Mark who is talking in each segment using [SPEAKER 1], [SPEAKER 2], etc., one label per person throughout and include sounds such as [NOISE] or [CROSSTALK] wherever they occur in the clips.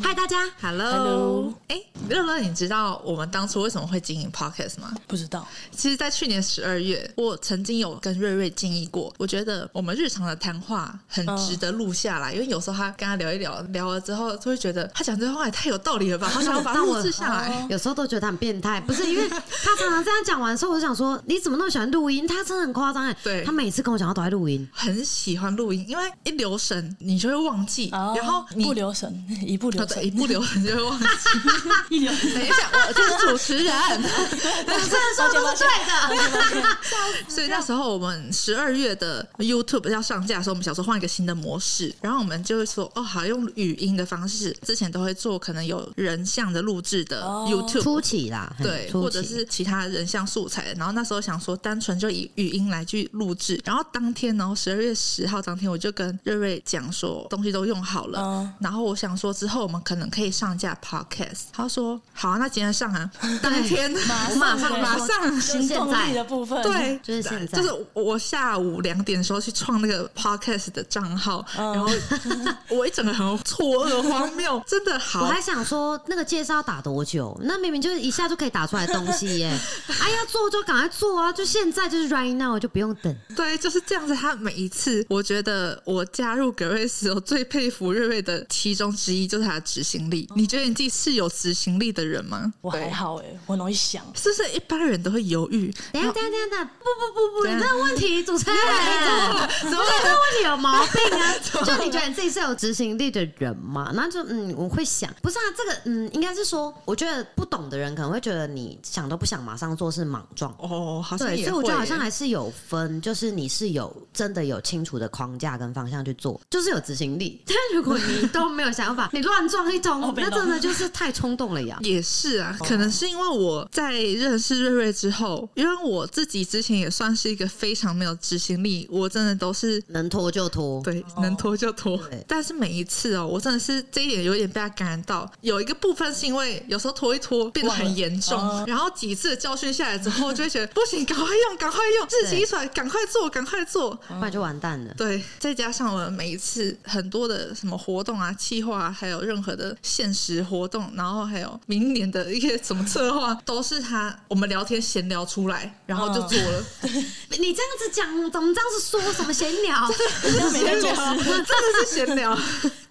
[SPEAKER 1] 嗨，大家，Hello！哎，乐乐，你知道我们当初为什么会经营 Podcast 吗？
[SPEAKER 2] 不知道，
[SPEAKER 1] 其实，在去年十二月，我曾经有跟瑞瑞建议过，我觉得我们日常的谈话很值得录下
[SPEAKER 2] 嗯
[SPEAKER 1] 来，因为有时候他跟他聊一聊，聊了之后，就会觉得他讲这话也太有道理了
[SPEAKER 2] [LAUGHS]
[SPEAKER 1] 吧，好想要把它录制下
[SPEAKER 2] 哦
[SPEAKER 1] 来。
[SPEAKER 3] 有时候都觉得他很变态，不是因为他常常这样讲完的时候，我就想说你怎么那么喜欢录音？他真的很夸张哎，
[SPEAKER 1] 对
[SPEAKER 3] 他每次跟我讲他都在录音，
[SPEAKER 1] 很喜欢录音，因为一留神你就会忘记，然后你
[SPEAKER 2] 哦不留神， [LAUGHS] 一不留神，
[SPEAKER 1] 一不留神就会忘记。
[SPEAKER 2] [LAUGHS] 一留神，
[SPEAKER 1] [LAUGHS] 等一下，我就是主持人，
[SPEAKER 2] 抱歉抱歉，
[SPEAKER 1] 所以那时候我们十二月的 YouTube 要上架的时候，我们想说换一个新的模式，然后我们就会说哦，好用语音的方式，之前都会做可能有人像的录制的
[SPEAKER 2] 哦
[SPEAKER 1] YouTube。
[SPEAKER 3] 初期啦，嘿
[SPEAKER 1] 对，
[SPEAKER 3] 初
[SPEAKER 1] 或者
[SPEAKER 3] 期
[SPEAKER 1] 是其他人像素材。然后那时候想说，单纯就以语音来去录制。然后当天呢，十二月十号当天，我就跟瑞瑞讲说，东西都用好了。
[SPEAKER 2] 嗯
[SPEAKER 1] 然后我想说，之后我们可能可以上架 Podcast。他说好啊，那今天上啊。
[SPEAKER 2] [LAUGHS]
[SPEAKER 1] 当天， [LAUGHS]
[SPEAKER 2] 马
[SPEAKER 3] 马
[SPEAKER 2] 上
[SPEAKER 3] 上
[SPEAKER 2] 马
[SPEAKER 3] 马
[SPEAKER 2] 上
[SPEAKER 3] 上
[SPEAKER 2] 行动力
[SPEAKER 3] 在
[SPEAKER 2] 的部分，
[SPEAKER 1] 对，
[SPEAKER 3] 就是现在
[SPEAKER 1] 就是我下午两点的时候去创那个 podcast 的账号，
[SPEAKER 2] 嗯
[SPEAKER 1] 然后我一整个很错愕、荒谬，真的
[SPEAKER 3] 我
[SPEAKER 1] 好
[SPEAKER 3] 还。想说那个介绍打多久？那明明就是一下就可以打出来的东西
[SPEAKER 1] [LAUGHS]
[SPEAKER 3] 耶！哎呀，做就赶快做啊！就现在就是 right now，就不用等。
[SPEAKER 1] 对，就是这样子。他每一次，我觉得我加入格瑞斯，我最佩服瑞瑞的其中之一就是他的执行
[SPEAKER 3] 哦
[SPEAKER 1] 力。你觉得你自己是有执行力的人吗？
[SPEAKER 2] 我还好哎，我很容易
[SPEAKER 1] [LAUGHS]
[SPEAKER 2] 想，
[SPEAKER 1] 是不是一般人都会犹豫？
[SPEAKER 3] 等一下，等一下，等一下，不不不不，
[SPEAKER 1] 怎样
[SPEAKER 3] 你这个问题，主持人，你
[SPEAKER 1] 怎么了
[SPEAKER 3] [LAUGHS] 这个问题有毛病啊！就你觉得你自己是有执行力的人嘛？那就嗯，我会想，不是啊，这个嗯，应该是说，我觉得不懂的人可能会觉得你想都不想，马上做是莽撞。
[SPEAKER 1] 哦，好像
[SPEAKER 3] 对，
[SPEAKER 1] 也
[SPEAKER 3] 所以我觉得
[SPEAKER 1] 会
[SPEAKER 3] 好像
[SPEAKER 1] 耶
[SPEAKER 3] 还是有分，就是你是有真的有清楚的框架跟方向去做，就是有执行力。 [LAUGHS] 但如果你都没有想法，你乱撞一
[SPEAKER 2] 哦
[SPEAKER 3] 通，
[SPEAKER 2] 被
[SPEAKER 3] 那
[SPEAKER 2] 弄
[SPEAKER 3] 真的就是太冲动
[SPEAKER 1] [LAUGHS]
[SPEAKER 3] 了呀。
[SPEAKER 1] 也是啊，
[SPEAKER 3] 哦
[SPEAKER 1] 可能是因为我在认识瑞瑞之后，因为我自己之前也算是一个非常没有执行力，我真的都是
[SPEAKER 3] 能拖就拖，
[SPEAKER 1] 对，能拖就拖
[SPEAKER 3] 对。
[SPEAKER 1] [LAUGHS] 但是每一次哦，我真的是这一点有点被他感染到。有一个部分是因为有时候拖一拖变得很严
[SPEAKER 2] 忘了
[SPEAKER 1] 重
[SPEAKER 2] 哦，
[SPEAKER 1] 然后几次的教训下来之后，就会觉得不行，赶快用，赶快用，日期一出来，赶快做，赶快做。
[SPEAKER 3] 不然就完蛋了。
[SPEAKER 1] 对，再加上我们每一次很多的什么活动啊、计划、啊，还有任何的现实活动，然后还有明年的一些什么策划，都是他我们聊天闲聊出来，然后就做了。
[SPEAKER 3] 你这样子讲，怎么这样子说？什么闲 [LAUGHS] 聊？
[SPEAKER 2] 你知道没在
[SPEAKER 1] 闲
[SPEAKER 2] 做
[SPEAKER 1] 聊，
[SPEAKER 2] 事，
[SPEAKER 1] 真的是闲聊。 [LAUGHS]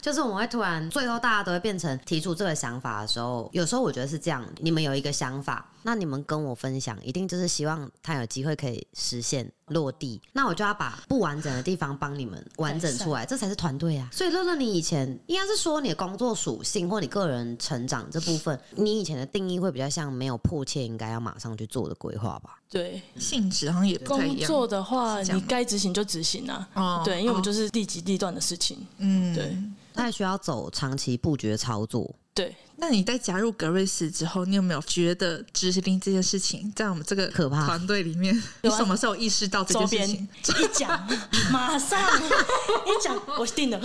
[SPEAKER 3] 就是我们会突然，最后大家都会变成提出这个想法的时候，有时候我觉得是这样：你们有一个想法，那你们跟我分享，一定就是希望它有机会可以实现落地。那我就要把不完整的地方帮你们完整出来，这才是团队啊！所以乐乐，你以前应该是说你的工作属性或你个人成长这部分，你以前的定义会比较像没有迫切应该要马上去做的规划吧？
[SPEAKER 2] 对。
[SPEAKER 1] 性质好像也不太
[SPEAKER 2] 工
[SPEAKER 1] 一样。
[SPEAKER 2] 作的话，
[SPEAKER 1] 是这样
[SPEAKER 2] 你
[SPEAKER 1] 吗
[SPEAKER 2] 该执行就执行
[SPEAKER 1] 哦
[SPEAKER 2] 啊，对，因为我们
[SPEAKER 1] 哦
[SPEAKER 2] 就是地级地段的事情，
[SPEAKER 1] 嗯
[SPEAKER 2] 对。
[SPEAKER 3] 太需要走长期布局的操作。
[SPEAKER 2] 对，
[SPEAKER 1] 那你在加入格瑞斯之后，你有没有觉得执行力这件事情在我们这个
[SPEAKER 3] 可怕
[SPEAKER 1] 团队里面，你
[SPEAKER 2] 有啊
[SPEAKER 1] 什么时候意识到这
[SPEAKER 2] 周
[SPEAKER 1] 件
[SPEAKER 2] 边
[SPEAKER 1] 事情？
[SPEAKER 2] 一
[SPEAKER 1] [LAUGHS]
[SPEAKER 2] 讲，马上一讲，我定了。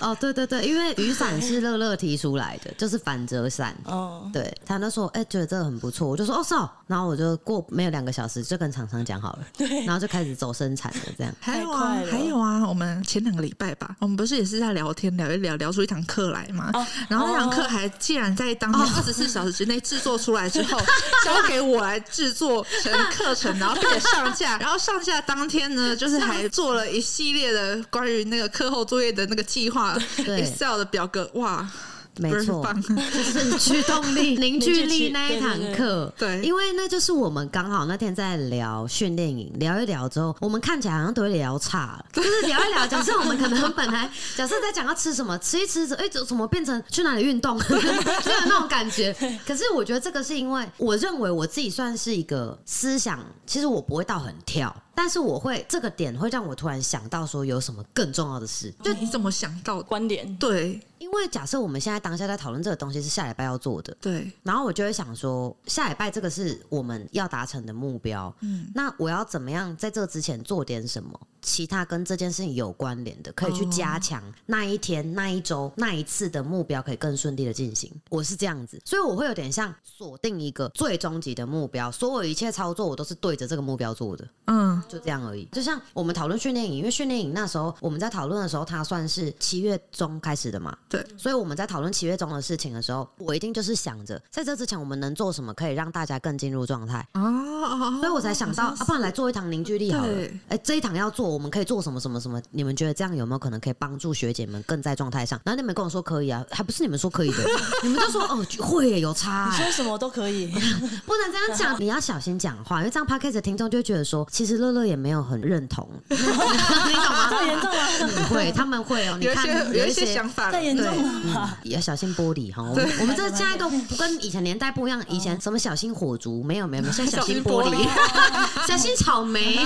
[SPEAKER 3] 哦，对对对，因为雨伞是乐乐提出来的，就是反折伞。
[SPEAKER 2] 哦，
[SPEAKER 3] 对他那时候，哎、觉得这个很不错，我就说哦是哦，然后我就过没有两个小时就跟厂商讲好了，
[SPEAKER 2] 对
[SPEAKER 3] 然后就开始走生产了，这样
[SPEAKER 1] 还有
[SPEAKER 2] 太
[SPEAKER 1] 啊
[SPEAKER 2] 快，了
[SPEAKER 1] 还有啊，我们前两个礼拜吧，我们不是也是在聊天聊一聊，聊出一堂课来嘛。
[SPEAKER 2] 哦
[SPEAKER 1] 然后那堂课
[SPEAKER 2] 哦
[SPEAKER 1] 还竟然在当天二十四小时之内制作出来之后， [LAUGHS] 交给我来制作成课程，然后并且上架。然后上架当天
[SPEAKER 2] [LAUGHS]
[SPEAKER 1] 呢，就是还做了一系列的关于那个课后作业的那个计划
[SPEAKER 3] 对
[SPEAKER 1] Excel 的表格，哇，
[SPEAKER 3] 没
[SPEAKER 1] 不是很
[SPEAKER 3] 错，
[SPEAKER 1] 棒。
[SPEAKER 3] 就是驱动力、 [LAUGHS] 凝聚力那一堂课。
[SPEAKER 1] 对对对对
[SPEAKER 3] 因为那就是我们刚好那天在聊训练营，聊一聊之后，我们看起来好像都会聊差 [LAUGHS] 了，就是聊一聊。假设我们可能本来 [LAUGHS] 假设在讲要吃什么，吃一吃，哎、怎怎么变成去哪里运动， [LAUGHS] 就有那种感觉。可是我觉得这个是因为我认为我自己算是一个思想，其实我不会到很跳。但是我会这个点会让我突然想到说有什么更重要的事，
[SPEAKER 1] 就你怎么想到的？
[SPEAKER 2] 关联
[SPEAKER 1] 对
[SPEAKER 3] 因为假设我们现在当下在讨论这个东西是下礼拜要做的，
[SPEAKER 1] 对，
[SPEAKER 3] 然后我就会想说，下礼拜这个是我们要达成的目标，嗯，那我要怎么样在这之前做点什么？其他跟这件事情有关联的，可以去加强那一天、那一周、那一次的目标，可以更顺利的进行。我是这样子，所以我会有点像锁定一个最终极的目标，所有一切操作我都是对着这个目标做的。
[SPEAKER 1] 嗯，
[SPEAKER 3] 就这样而已。就像我们讨论训练营，因为训练营那时候我们在讨论的时候，它算是七月中开始的嘛，
[SPEAKER 1] 对，
[SPEAKER 3] 所以我们在讨论七月中的事情的时候，我一定就是想着，在这之前我们能做什么，可以让大家更进入状态。
[SPEAKER 1] 哦哦，
[SPEAKER 3] 所以我才想到，
[SPEAKER 1] 好
[SPEAKER 3] 啊
[SPEAKER 1] 像，
[SPEAKER 3] 不然来做一堂凝聚力好了
[SPEAKER 1] 对。
[SPEAKER 3] 哎、这一堂要做，我们可以做什么什么什么？你们觉得这样有没有可能可以帮助学姐们更在状态上？然后你们跟我说可以啊，还不是你们说可以
[SPEAKER 1] [LAUGHS]
[SPEAKER 3] 的，你们就说哦会耶有差、
[SPEAKER 2] 你
[SPEAKER 3] 哎
[SPEAKER 2] 说什么都可以， [LAUGHS]
[SPEAKER 3] 不能这样讲，你要小心讲话，因为这样 podcast 的听众就会觉得说，其实乐乐也没有很认
[SPEAKER 1] [LAUGHS]
[SPEAKER 3] 同，你懂吗？
[SPEAKER 2] 这么严重
[SPEAKER 1] 嗯
[SPEAKER 2] 吗？
[SPEAKER 3] 会，他们会哦。你
[SPEAKER 1] 有一
[SPEAKER 3] 看，
[SPEAKER 1] 些有一些想法，
[SPEAKER 2] 太严重了吧。
[SPEAKER 3] 嗯也要小心玻璃哈。我们我们这现在都不跟以前年代不一样，以
[SPEAKER 1] 嗯
[SPEAKER 3] 前什么小心火烛，没有没有没有，现在小心玻璃， [LAUGHS] 小心草
[SPEAKER 1] [LAUGHS]
[SPEAKER 3] 莓，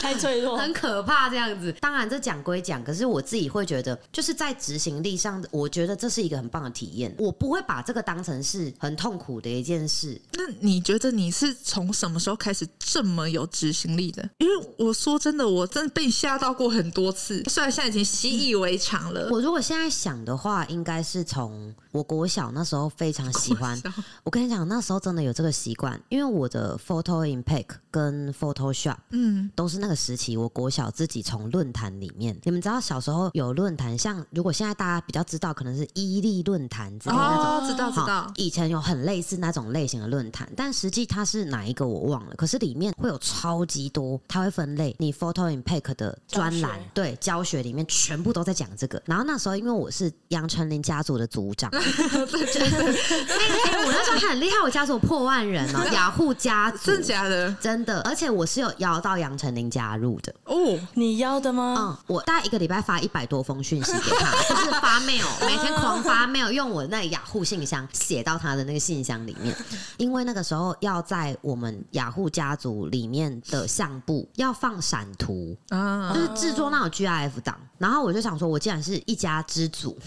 [SPEAKER 2] 太脆弱，
[SPEAKER 3] 很可怕这样子。当然这讲归讲，可是我自己会觉得，就是在执行力上，我觉得这是一个很棒的体验。我不会把这个当成是很痛苦的一件事，
[SPEAKER 1] 那你觉得你是从什么时候开始这么有执行力的？因为我说真的，我真的被你吓到过很多次，虽然现在已经习以为常了。
[SPEAKER 3] 我如果现在想的话，应该是从我国小那时候非常喜欢。我跟你讲，那时候真的有这个习惯，因为我的 Photo Impact 跟 Photoshop
[SPEAKER 1] 嗯，
[SPEAKER 3] 都是那个时期，我国小自己从论坛里面，你们知道小时候有论坛，像如果现在大家比较知道，可能是伊利论坛之类的那种。
[SPEAKER 1] 哦，知道知道
[SPEAKER 3] 好，以前有很类似那种类型的论坛，但实际它是哪一个我忘了。可是里面会有超级多，它会分类你 Photo Impact 的专栏
[SPEAKER 2] 教学，
[SPEAKER 3] 对教学里面全部都在讲这个。然后那时候因为我是杨丞琳家族的组
[SPEAKER 1] [LAUGHS]
[SPEAKER 3] 长，就是 [LAUGHS] 哎哎我那时候很厉害，我家族有破万人
[SPEAKER 1] [LAUGHS]
[SPEAKER 3] 哦，雅虎家族
[SPEAKER 1] 真。假的
[SPEAKER 3] 真的，而且我是有邀到杨丞琳加入的，
[SPEAKER 1] 哦，
[SPEAKER 2] 你要的吗？
[SPEAKER 3] 嗯，我大概一个礼拜发一百多封讯息给 [LAUGHS] 他，就是发 mail，每天狂发 mail，用我那雅虎信箱写到他的那个信箱里面。因为那个时候要在我们雅虎家族里面的相簿要放闪图，
[SPEAKER 1] 啊，
[SPEAKER 3] 就是制作那种 GIF 档。然后我就想说，我既然是一家之主，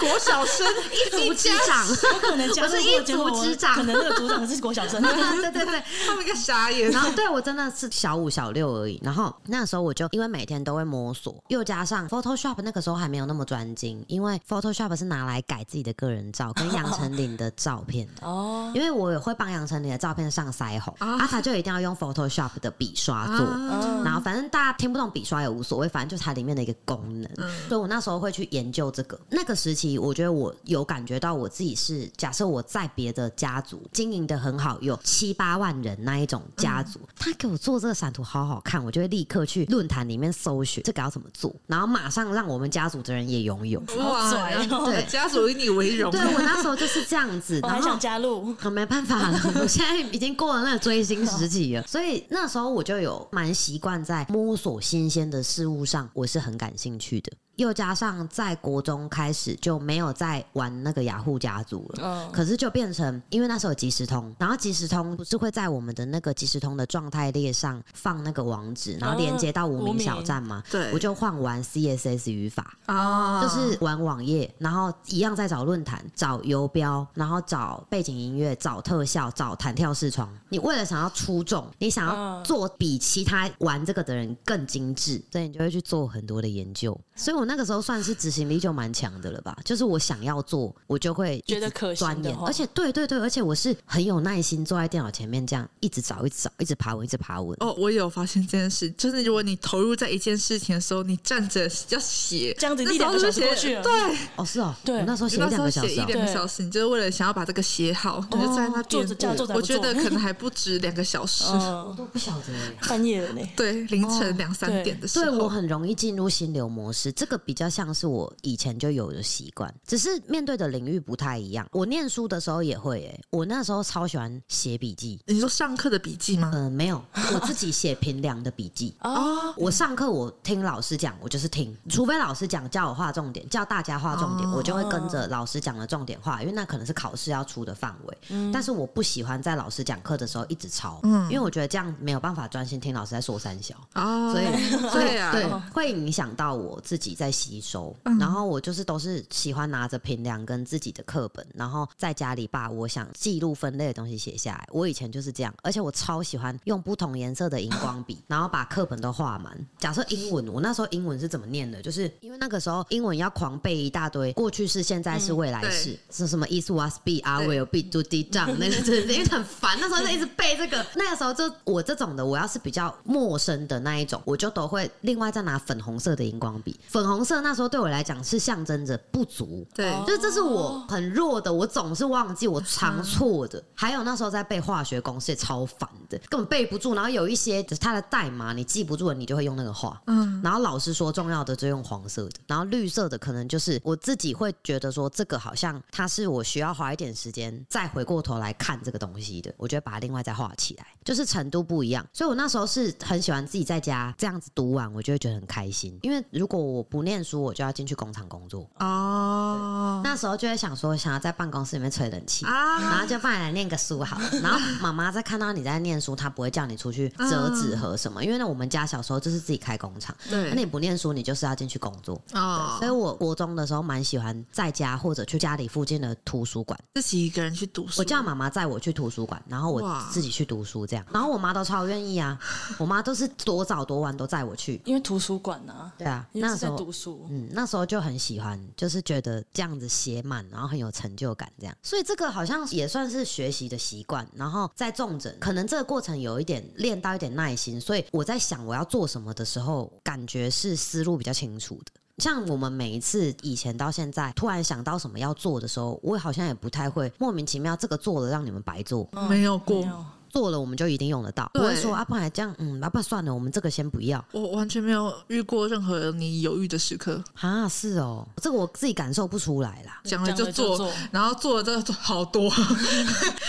[SPEAKER 1] 国小生
[SPEAKER 3] 一族之长，
[SPEAKER 2] 有可能加入
[SPEAKER 3] 我是
[SPEAKER 2] 过
[SPEAKER 3] 一
[SPEAKER 2] 结果
[SPEAKER 3] 族
[SPEAKER 2] 我
[SPEAKER 3] 之长
[SPEAKER 2] 可能那个组长是国小
[SPEAKER 3] [LAUGHS]
[SPEAKER 2] 生，
[SPEAKER 3] 对对对，
[SPEAKER 1] 他们一个傻眼
[SPEAKER 3] 然。后对我真的是小五小六而已。然后那时候我就因为每天都会摸索，又加上 Photoshop 那个时候还没有那么专精，因为 Photoshop 是拿来改自己的个人照跟杨丞琳的照片的。
[SPEAKER 2] 哦，
[SPEAKER 3] 因为我也会帮杨丞琳的照片上腮红，
[SPEAKER 1] 啊
[SPEAKER 3] 啊，他就一定要用 Photoshop 的笔刷做。
[SPEAKER 2] 嗯
[SPEAKER 3] 然后反正大家听不懂笔刷也无所谓，反正就是它里面的一个功能。
[SPEAKER 2] 嗯
[SPEAKER 3] 所以我那时候会去研究这个。那个时期，我觉得我有感觉到我自己是，假设我在别的家族经营的很好，有七八万人那一种家
[SPEAKER 2] 嗯
[SPEAKER 3] 族，他给我做这个闪图好好看，我就会立刻去论坛里面搜寻这个要怎么做，然后马上让我们家族的人也拥有。
[SPEAKER 2] 好拽哦
[SPEAKER 1] 啊哇，
[SPEAKER 3] 对
[SPEAKER 1] 家族以你为荣
[SPEAKER 3] 对。我那时候就是这样子，
[SPEAKER 2] [LAUGHS] 我
[SPEAKER 3] 然
[SPEAKER 2] 还
[SPEAKER 3] 后
[SPEAKER 2] 想加入，
[SPEAKER 3] 啊，没办法了， [LAUGHS] 我现在已经过了那个追星时期了，所以那时候我就有蛮习惯在摸索新鲜的事物上，我是很感兴趣的。又加上在国中开始就没有再玩那个雅虎家族了，
[SPEAKER 2] 嗯，
[SPEAKER 3] 可是就变成，因为那时候有即时通，然后即时通不是会在我们的那个即时通的状态列上放那个网址，然后连接到无
[SPEAKER 2] 无
[SPEAKER 3] 名
[SPEAKER 2] 名
[SPEAKER 3] 小站嘛？
[SPEAKER 1] 哦对
[SPEAKER 3] 我就换玩 CSS 语法，
[SPEAKER 1] 啊
[SPEAKER 3] 就是玩网页，然后一样在找论坛、找游标，然后找背景音乐、找特效、找弹跳视窗。你为了想要出众，你想要
[SPEAKER 2] 嗯
[SPEAKER 3] 做比其他玩这个的人更精致，所以你就会去做很多的研究。所以我那个时候算是执行力就蛮强的了吧，就是我想要做，我就会一直
[SPEAKER 2] 觉得可行的
[SPEAKER 3] 钻研，
[SPEAKER 2] 话
[SPEAKER 3] 而且对对对，而且我是很有耐心坐在电脑前面这样一直找、一直找、一直爬文、一直爬文。
[SPEAKER 1] 哦，我有发现这件事，就是如果你投入在一件事情的时候，你站着要写，
[SPEAKER 2] 这样子
[SPEAKER 1] 那
[SPEAKER 2] 一两个
[SPEAKER 1] 时候
[SPEAKER 2] 小时
[SPEAKER 1] 就
[SPEAKER 2] 过
[SPEAKER 1] 写
[SPEAKER 2] 去了
[SPEAKER 1] 对，
[SPEAKER 3] 哦，是哦，
[SPEAKER 2] 对
[SPEAKER 3] 我那时候写
[SPEAKER 1] 你
[SPEAKER 3] 一
[SPEAKER 1] 那时
[SPEAKER 3] 两
[SPEAKER 1] 候
[SPEAKER 3] 个小
[SPEAKER 1] 写
[SPEAKER 3] 时、
[SPEAKER 1] 一
[SPEAKER 3] 哦。
[SPEAKER 1] 两个小时，你就是为了想要把这个写好，你就在那
[SPEAKER 2] 哦坐
[SPEAKER 1] 边
[SPEAKER 2] 着叫坐着
[SPEAKER 1] 我
[SPEAKER 2] 还不
[SPEAKER 1] 觉得
[SPEAKER 2] 坐
[SPEAKER 1] 可能还不止两个小时，
[SPEAKER 3] 我
[SPEAKER 2] 嗯，
[SPEAKER 3] 都不晓得欸耶
[SPEAKER 2] 半夜了呢，
[SPEAKER 1] 对，凌晨两三
[SPEAKER 2] 哦对
[SPEAKER 1] 点的时
[SPEAKER 3] 对我
[SPEAKER 1] 候，
[SPEAKER 3] 很容易进入心流模式，这个比较像是我以前就有的习惯，只是面对的领域不太一样。我念书的时候也会、欸，我那时候超喜欢写笔记，
[SPEAKER 1] 你说上课的笔记吗？
[SPEAKER 3] 嗯、
[SPEAKER 1] [LAUGHS]
[SPEAKER 3] 没有，我自己写平量的笔记。
[SPEAKER 2] 哦，
[SPEAKER 3] 我上课我听老师讲，我就是听，除非老师讲叫我画重点，叫大家画重点，
[SPEAKER 1] 哦
[SPEAKER 3] 我就会跟着老师讲的重点画，因为那可能是考试要出的范围。
[SPEAKER 1] 嗯
[SPEAKER 3] 但是我不喜欢在老师讲课的时候一直抄，因为我觉得这样没有办法专心听老师在说三小。
[SPEAKER 1] 哦，
[SPEAKER 3] 所以，所以
[SPEAKER 1] 对啊，
[SPEAKER 3] 对，会影响到我自己在吸收，
[SPEAKER 1] 嗯
[SPEAKER 3] 然后我就是都是喜欢拿着平量跟自己的课本，然后在家里把我想记录分类的东西写下来。我以前就是这样，而且我超喜欢用不同颜色的荧光笔， [LAUGHS] 然后把课本都画满。假设英文，我那时候英文是怎么念的？就是因为那个时候英文要狂背一大堆过去式、现在式、未来式，是什么啊 is was be are
[SPEAKER 1] 嗯对
[SPEAKER 3] will be do did done 那个
[SPEAKER 1] [LAUGHS]
[SPEAKER 3] 真的是因为很烦，那时候就一直背这个。那个时候就我这种的，我要是比较陌生的那一种，我就都会另外再拿粉红色的荧光笔。粉红色那时候对我来讲是象征着不足，
[SPEAKER 1] 对，
[SPEAKER 2] 哦
[SPEAKER 3] 就是这是我很弱的，我总是忘记，我常错的。还有那时候在背化学公式也超烦的，根本背不住。然后有一些就是它的代码你记不住的，你就会用那个画。
[SPEAKER 1] 嗯，
[SPEAKER 3] 然后老师说重要的就用黄色的，然后绿色的可能就是我自己会觉得说这个好像它是我需要花一点时间再回过头来看这个东西的，我觉得把它另外再画起来，就是程度不一样。所以我那时候是很喜欢自己在家这样子读完，我就会觉得很开心。因为如果我不念书，我就要进去工厂工作，
[SPEAKER 1] 哦，
[SPEAKER 3] 那时候就会想说想要在办公室里面吹冷气。
[SPEAKER 1] 啊，
[SPEAKER 3] 然后就帮你来念个书好了。然后妈妈在看到你在念书，她不会叫你出去折纸盒什么，因为呢，我们家小时候就是自己开工厂，那
[SPEAKER 1] 对，
[SPEAKER 3] 你不念书，你就是要进去工作。
[SPEAKER 1] 哦
[SPEAKER 3] 所以，，我国中的时候蛮喜欢在家或者去家里附近的图书馆，
[SPEAKER 1] 自己一个人去读书，
[SPEAKER 3] 我叫妈妈载我去图书馆，然后我
[SPEAKER 1] 哇
[SPEAKER 3] 自己去读书这样。然后我妈都超愿意啊，我妈都是多早多晚都载我去。
[SPEAKER 2] 因为图书馆呐、啊，
[SPEAKER 3] 对啊，
[SPEAKER 2] 因为
[SPEAKER 3] 那
[SPEAKER 2] 是
[SPEAKER 3] 时
[SPEAKER 2] 在
[SPEAKER 3] 候
[SPEAKER 2] 读书，
[SPEAKER 3] 嗯，那时候就很喜欢，就是觉得这样子写满，然后很有成就感，这样。所以这个好像也算是学习的习惯。然后在重整，可能这个过程有一点练到一点耐心，所以我在想我要做什么的时候，感觉是思路比较清楚的。像我们每一次以前到现在，突然想到什么要做的时候，我好像也不太会莫名其妙这个做了让你们白做，
[SPEAKER 2] 嗯
[SPEAKER 1] 没有过
[SPEAKER 2] 没有
[SPEAKER 3] 做了我们就一定用得到。不
[SPEAKER 1] 对
[SPEAKER 3] 会说啊，不然这样，嗯，啊，不然算了，我们这个先不要。
[SPEAKER 1] 我完全没有遇过任何你犹豫的时刻，
[SPEAKER 3] 啊，是哦，这个我自己感受不出来啦。
[SPEAKER 1] 讲了
[SPEAKER 2] 讲
[SPEAKER 1] 就
[SPEAKER 2] 了就
[SPEAKER 1] 做
[SPEAKER 2] 做，
[SPEAKER 1] 然后做了之后好多，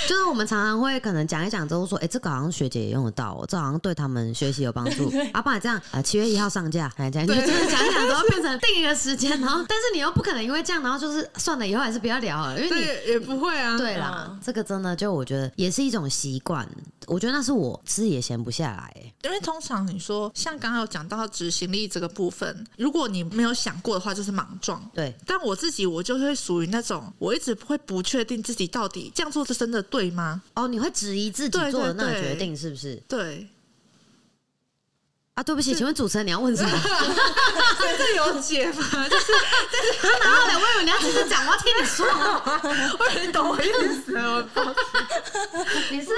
[SPEAKER 3] 就是我们常常会可能讲一讲之后说，哎、这个好像学姐也用得到、哦，这好像对他们学习有帮
[SPEAKER 1] [LAUGHS]
[SPEAKER 3] 助。啊，不然这样，呃，七月一号上架，哎，这样就真的讲一讲之后变成定一个时间，然后但是你又不可能因为这样，然后就是算了，以后还是不要聊了，因为你。
[SPEAKER 1] 对，也不会啊，
[SPEAKER 3] 对啦，这个真的就我觉得也是一种习惯，我觉得那是我自己也闲不下来、哎
[SPEAKER 1] 因为通常你说像刚刚有讲到执行力这个部分，如果你没有想过的话，就是莽撞。
[SPEAKER 3] 对，
[SPEAKER 1] 但我自己，我就会属于那种，我一直会不确定自己到底这样做是真的对吗？
[SPEAKER 3] 哦，你会质疑自己
[SPEAKER 1] 对
[SPEAKER 3] 做的
[SPEAKER 1] 对
[SPEAKER 3] 那个
[SPEAKER 1] 对
[SPEAKER 3] 决定是不是？
[SPEAKER 1] 对，
[SPEAKER 3] 啊，对不起，请问主持人你要问什么？
[SPEAKER 1] [LAUGHS] 这有解吗？ [LAUGHS] 就是
[SPEAKER 3] 然后嘞，我以为你要继续讲，我要听你说。
[SPEAKER 1] 我也懂我意思了，我
[SPEAKER 3] 你是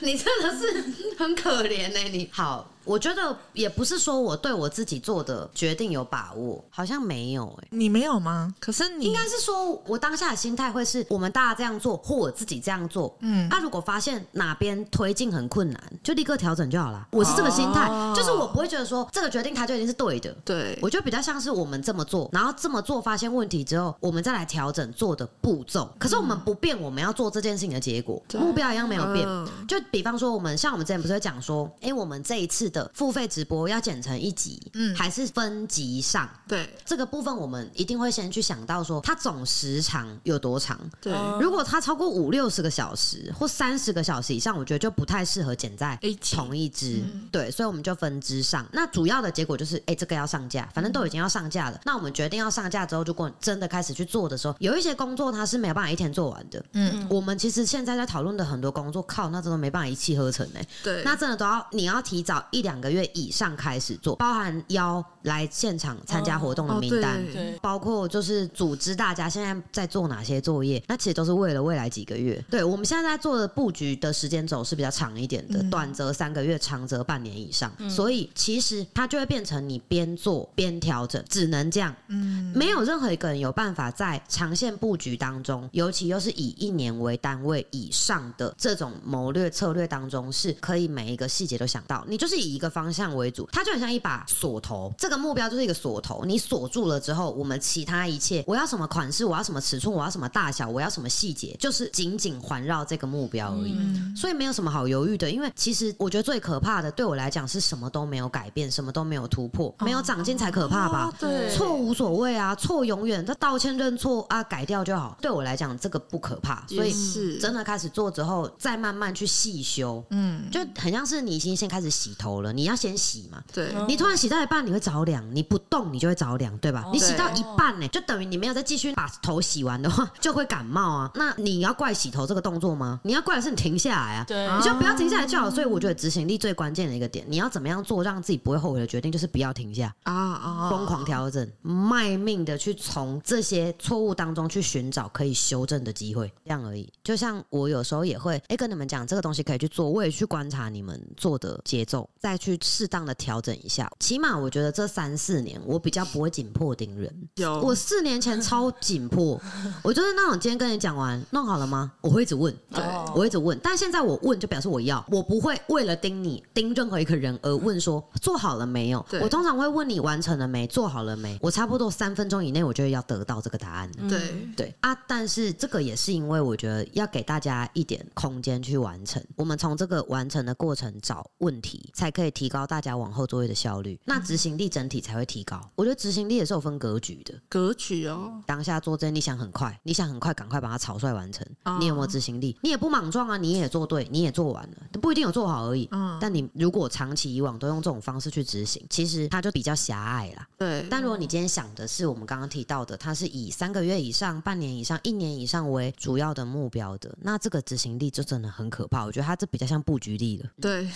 [SPEAKER 3] 你真的是很可怜呢、你好，我觉得也不是说我对我自己做的决定有把握，好像没有哎、
[SPEAKER 1] 你没有吗？可是你
[SPEAKER 3] 应该是说，我当下的心态会是我们大家这样做，或我自己这样做。嗯，那、如果发现哪边推进很困难，就立刻调整就好了。我是这个心态，
[SPEAKER 1] 哦
[SPEAKER 3] 就是我不会觉得说这个决定它就一定是对的。
[SPEAKER 1] 对
[SPEAKER 3] 我觉得比较像是我们这么做，然后这么做发现问题之后，我们再来调整做的步骤。可是我们不变我们要做这件事情的结果，目标一样没有变。
[SPEAKER 1] 嗯
[SPEAKER 3] 就比方说，我们像我们之前不是有讲说，哎、我们这一次的付费直播要剪成一集，嗯，还是分集上？
[SPEAKER 1] 对
[SPEAKER 3] 这个部分我们一定会先去想到说，它总时长有多长。
[SPEAKER 1] 对，
[SPEAKER 2] 嗯
[SPEAKER 3] 如果它超过五六十个小时或三十个小时以上，我觉得就不太适合剪在
[SPEAKER 1] 一起嗯
[SPEAKER 3] 同一支。对，所以我们就分支上。那主要的结果就是，哎、这个要上架，反正都已经要上架
[SPEAKER 1] 嗯
[SPEAKER 3] 了。那我们决定要上架之后，如果真的开始去做的时候，有一些工作它是没有办法一天做完的。嗯，我们其实现在在讨论的很多工作，靠，那真的没办法一气呵成哎、
[SPEAKER 1] 对，
[SPEAKER 3] 那真的都要你要提早一两个月以上开始做，包含邀来现场参加活动的
[SPEAKER 1] 哦
[SPEAKER 3] 名单，
[SPEAKER 1] 对
[SPEAKER 2] 对，
[SPEAKER 3] 包括就是组织大家现在在做哪些作业，那其实都是为了未来几个月。对我们现在在做的布局的时间轴是比较长一点的，短则三个月，长则半年以上。所以其实它就会变成你边做边调整，只能这样。嗯，没有任何一个人有办法在长线布局当中，尤其又是以一年为单位以上的这种谋略策略当中，是可以每一个细节都想到。你就是以一个方向为主，它就很像一把锁头，这个目标就是一个锁头，你锁住了之后，我们其他一切，我要什么款式，我要什么尺寸，我要什么大小，我要什么细节，就是紧紧环绕这个目标而已。
[SPEAKER 2] 嗯
[SPEAKER 1] 嗯
[SPEAKER 3] 所以没有什么好犹豫的，因为其实我觉得最可怕的，对我来讲是什么都没有改变，什么都没有突破，没有长进才可怕吧
[SPEAKER 1] 哦？对
[SPEAKER 3] 错无所谓啊，错永远，他道歉认错啊，改掉就好。对我来讲，这个不可怕，所
[SPEAKER 1] 也
[SPEAKER 3] 以
[SPEAKER 1] 是
[SPEAKER 3] 真的开始做之后，再慢慢去细修，嗯，就很像是你已经先开始洗头了，你要先洗嘛。
[SPEAKER 1] 对，
[SPEAKER 2] 嗯
[SPEAKER 3] 你突然洗到一半，你会着凉，你不动你就会着凉，对吧？
[SPEAKER 2] 哦
[SPEAKER 3] 你洗到一半呢、就等于你没有再继续把头洗完的话，就会感冒啊。那你要怪洗头这个动作吗？你要怪的是你停下来啊。
[SPEAKER 2] 对
[SPEAKER 3] 你就不要停下来就好，所以我觉得执行力最关键的一个点，你要怎么样做让自己不会后悔的决定，就是不要停下，
[SPEAKER 1] 啊啊，
[SPEAKER 3] 疯狂调整，卖命的去从这些错误当中去寻找可以修正的机会，这样而已。就像我有时候也会，哎、跟你们讲这个东西可以去做，我也去观察你们做的节奏，再去适当的调整一下。起码我觉得这三四年，我比较不会紧迫盯人。
[SPEAKER 1] 有
[SPEAKER 3] 我四年前超紧迫，我就是那种今天跟你讲完弄好了吗？我会一直问，
[SPEAKER 1] 对
[SPEAKER 2] 哦
[SPEAKER 3] 我一直问，但现在我问就表示我要，我不会为了盯你盯任何一个人而问说做好了没有
[SPEAKER 1] 对。
[SPEAKER 3] 我通常会问你完成了没，做好了没。我差不多三分钟以内，我就要得到这个答案了。
[SPEAKER 2] 嗯
[SPEAKER 1] 对
[SPEAKER 3] 对啊，但是这个也是因为我觉得要给大家一点空间去完成，我们从这个完成的过程找问题，才可以提高大家往后作业的效率，那执行力整体才会提高。我觉得执行力也是有分格局的。
[SPEAKER 1] 格局哦，
[SPEAKER 3] 当下做这，你想很快，你想很快，赶快把它草率完成。
[SPEAKER 1] 哦
[SPEAKER 3] 你有没有执行力？你也不莽撞啊，你也做对，你也做完了，不一定有做好而已。
[SPEAKER 1] 嗯，
[SPEAKER 3] 但你如果长期以往都用这种方式去执行，其实它就比较狭隘啦。
[SPEAKER 1] 对，
[SPEAKER 3] 但如果你今天想的是我们刚刚提到的，它是以三个月以上、半年以上、一年以上为主要的目标的，那这个执行力就真的很可怕。我觉得它这比较像布局力了。
[SPEAKER 1] 对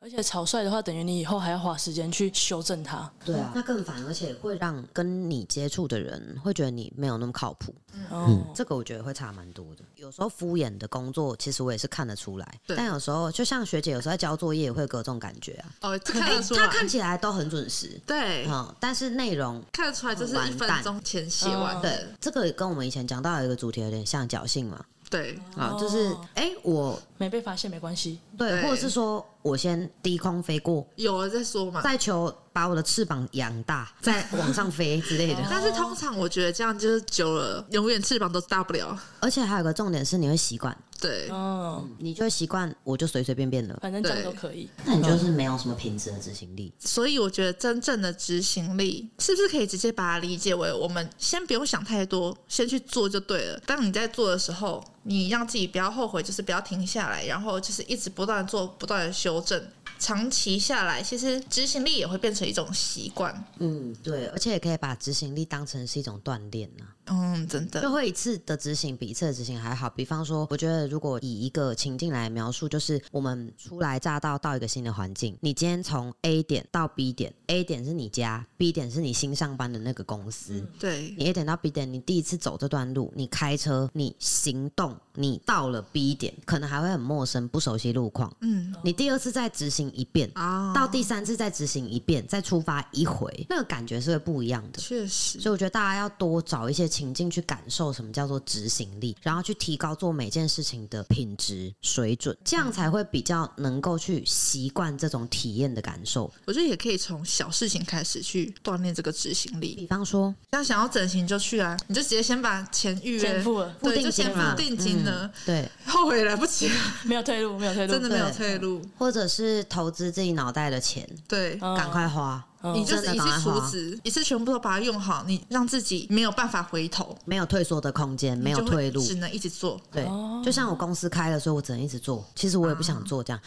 [SPEAKER 2] 而且草率的话，等于你以后还要花时间去修正它。
[SPEAKER 3] 对啊，那更烦，而且会让跟你接触的人会觉得你没有那么靠谱。
[SPEAKER 1] 嗯
[SPEAKER 2] 哦，
[SPEAKER 3] 这个我觉得会差蛮多的。有时候敷衍的工作，其实我也是看得出来，
[SPEAKER 1] 对
[SPEAKER 3] 但有时候就像学姐有时候在交作业，也会有各种感觉啊。
[SPEAKER 1] 哦，这看得出
[SPEAKER 3] 她
[SPEAKER 1] 来，
[SPEAKER 3] 看起来都很准时，
[SPEAKER 1] 对，
[SPEAKER 3] 嗯，但是内容。
[SPEAKER 1] 看得出来，这是
[SPEAKER 3] 完
[SPEAKER 1] 一分
[SPEAKER 3] 蛋
[SPEAKER 1] 钟前写完
[SPEAKER 3] 对
[SPEAKER 1] 的，，
[SPEAKER 3] 这个跟我们以前讲到的一个主题有点像侥幸嘛，
[SPEAKER 1] 对
[SPEAKER 3] 啊，就是哎、我
[SPEAKER 2] 没被发现没关系。
[SPEAKER 3] 对，
[SPEAKER 1] 哦对
[SPEAKER 3] 或者是说我先低空飞过，
[SPEAKER 1] 有了再说嘛。
[SPEAKER 3] 再求把我的翅膀养大，
[SPEAKER 1] [LAUGHS]
[SPEAKER 3] 再往上飞之类的。
[SPEAKER 1] 但是通常我觉得这样就是久了，永远翅膀都大不了。
[SPEAKER 3] 而且还有个重点是，你会习惯，
[SPEAKER 1] 对，
[SPEAKER 2] 嗯，
[SPEAKER 3] 你就会习惯，我就随随便便的，
[SPEAKER 2] 反正这样都可以。
[SPEAKER 3] 那你就是没有什么品质的执行力。
[SPEAKER 1] 所以我觉得真正的执行力，是不是可以直接把它理解为我们先不用想太多，先去做就对了。当你在做的时候，你让自己不要后悔，就是不要停下来，然后就是一直不断的做，不断的修正。长期下来，其实执行力也会变成一种习惯。
[SPEAKER 3] 嗯，对，而且也可以把执行力当成是一种锻炼呐、
[SPEAKER 1] 嗯，真的
[SPEAKER 3] 就会一次的执行比一次的执行还好。比方说，我觉得如果以一个情境来描述，就是我们初来乍到到一个新的环境，你今天从 A 点到 B 点，A 点是你家，B 点是你新上班的那个公司。
[SPEAKER 1] 对，
[SPEAKER 3] 你 A 点到 B 点，你第一次走这段路，你开车，你行动，你到了 B 点，可能还会很陌生、不熟悉路况。
[SPEAKER 1] 嗯
[SPEAKER 3] 你第二次再执行一遍，
[SPEAKER 1] 啊，
[SPEAKER 3] 到第三次再执行一遍，再出发一回，那个感觉是会不一样的。
[SPEAKER 1] 确实
[SPEAKER 3] 所以我觉得大家要多找一些情境去感受什么叫做执行力，然后去提高做每件事情的品质水准，这样才会比较能够去习惯这种体验的感受。
[SPEAKER 1] 我觉得也可以从小事情开始去锻炼这个执行力。
[SPEAKER 3] 比方说，
[SPEAKER 1] 像想要整形就去啊，你就直接先把钱预约
[SPEAKER 2] 先，付了，
[SPEAKER 3] 付
[SPEAKER 1] 对，
[SPEAKER 3] 定
[SPEAKER 1] 就
[SPEAKER 3] 金
[SPEAKER 1] 先
[SPEAKER 3] 嘛
[SPEAKER 1] 付定金
[SPEAKER 3] 嗯
[SPEAKER 1] 了，
[SPEAKER 3] 对，
[SPEAKER 1] 后悔也来不及了，
[SPEAKER 2] 没有退路，没有退路，
[SPEAKER 1] 真的没有
[SPEAKER 3] 对
[SPEAKER 1] 退路。
[SPEAKER 3] 或者是投资自己脑袋的钱，
[SPEAKER 1] 对，
[SPEAKER 2] 嗯
[SPEAKER 3] 赶快花，
[SPEAKER 2] 嗯
[SPEAKER 1] 你就
[SPEAKER 3] 哦真
[SPEAKER 1] 是
[SPEAKER 3] 的
[SPEAKER 1] 一
[SPEAKER 3] 赶快
[SPEAKER 1] 次
[SPEAKER 3] 花
[SPEAKER 1] 储值，一次全部都把它用好，你让自己没有办法回头，
[SPEAKER 3] 没有退缩的空间，没有
[SPEAKER 1] 你就会
[SPEAKER 3] 退路。
[SPEAKER 1] 只能一直做。
[SPEAKER 3] 对，
[SPEAKER 1] 哦
[SPEAKER 3] 就像我公司开了，所以我只能一直做。其实我也不
[SPEAKER 1] 啊
[SPEAKER 3] 想做这
[SPEAKER 1] [LAUGHS]
[SPEAKER 3] 样，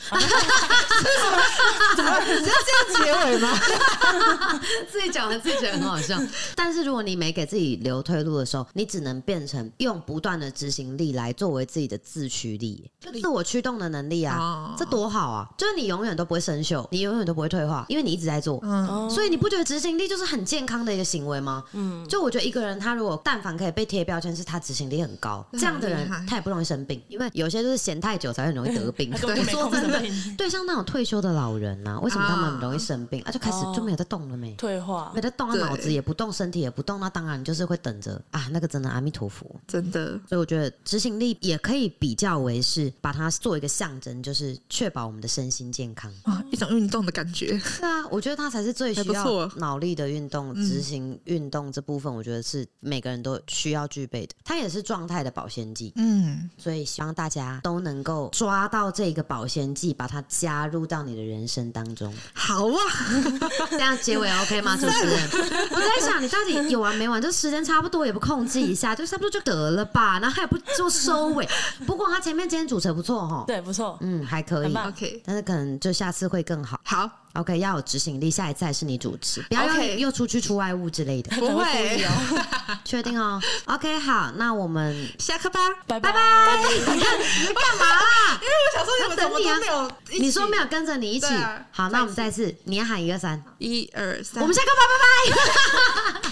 [SPEAKER 1] 结尾吗？
[SPEAKER 3] [LAUGHS] 自己讲的自己觉得很好笑。但是如果你没给自己留退路的时候，你只能变成用不断的执行力来作为自己的自驱力，就自我驱动的能力啊
[SPEAKER 1] 哦，
[SPEAKER 3] 这多好啊！就是你永远都不会生锈，你永远都不会退化，因为你一直在做。
[SPEAKER 1] 嗯，
[SPEAKER 3] 所以你不觉得执行力就是很健康的一个行为吗？哦嗯，就我觉得一个人他如果但凡可以被贴标签是他执行力很高，这
[SPEAKER 1] 嗯
[SPEAKER 3] 样的人
[SPEAKER 1] 厉害
[SPEAKER 3] 他也不容易生病，因为有些就是闲太久才会容易得病。
[SPEAKER 2] [LAUGHS] 他根本就没
[SPEAKER 3] 说
[SPEAKER 2] 空
[SPEAKER 3] 真
[SPEAKER 2] 生
[SPEAKER 3] 的，
[SPEAKER 2] 病，
[SPEAKER 3] [LAUGHS] 对，像那种退休的老人啊，为什么他们很容易生病啊？就哦开始就没有在动了没？
[SPEAKER 2] 退化
[SPEAKER 3] 没。得动，他
[SPEAKER 1] 对
[SPEAKER 3] 脑子也不动，身体也不动，那当然就是会等着啊，那个真的阿弥陀佛。
[SPEAKER 1] 真的，
[SPEAKER 3] 所以我觉得执行力也可以比较为是把它做一个象征，就是确保我们的身心健康。
[SPEAKER 1] 哇，一种运动的感觉。
[SPEAKER 3] 是啊，我觉得它才是最
[SPEAKER 1] 还
[SPEAKER 3] 需
[SPEAKER 1] 不错
[SPEAKER 3] 要脑力的运动，执行运动这部分，我觉得是每个人都需要具备的。它也是状态的保鲜剂，
[SPEAKER 1] 嗯，
[SPEAKER 3] 所以希望大家都能够抓到这个保鲜剂，把它加
[SPEAKER 1] [LAUGHS]
[SPEAKER 3] 入到你的人生当中。
[SPEAKER 1] 好啊，
[SPEAKER 3] 这样结尾 OK 吗？主持人，我在想，你到底有完没完？就时间差不多也不控制一下，就差不多就得了吧，然后也不做收
[SPEAKER 1] [LAUGHS]
[SPEAKER 3] 尾。不过他前面今天主持得不错哈，
[SPEAKER 2] 对，不错，
[SPEAKER 3] 嗯，还可
[SPEAKER 2] 很
[SPEAKER 3] 以，
[SPEAKER 2] 棒
[SPEAKER 1] OK，
[SPEAKER 3] 但是可能就下次会更好。
[SPEAKER 1] 好，
[SPEAKER 3] [LAUGHS] OK，要有执行力，下一次还是你主持，不要又
[SPEAKER 1] OK
[SPEAKER 3] 又出去出外务之类
[SPEAKER 1] [LAUGHS]
[SPEAKER 3] 的，
[SPEAKER 1] 不会，
[SPEAKER 3] 确定哦。OK，好，那我
[SPEAKER 1] [LAUGHS]
[SPEAKER 3] 们哎
[SPEAKER 1] 下课吧。
[SPEAKER 2] 拜拜拜。
[SPEAKER 1] 干嘛啦？因为我想说哎 [LAUGHS] 你们怎么都没有一起，
[SPEAKER 3] 啊你说没有跟着你一起
[SPEAKER 1] 对啊，
[SPEAKER 3] 好，那我们再一次，你要喊一二三，
[SPEAKER 1] 一二三，
[SPEAKER 3] 我们下课吧，拜拜。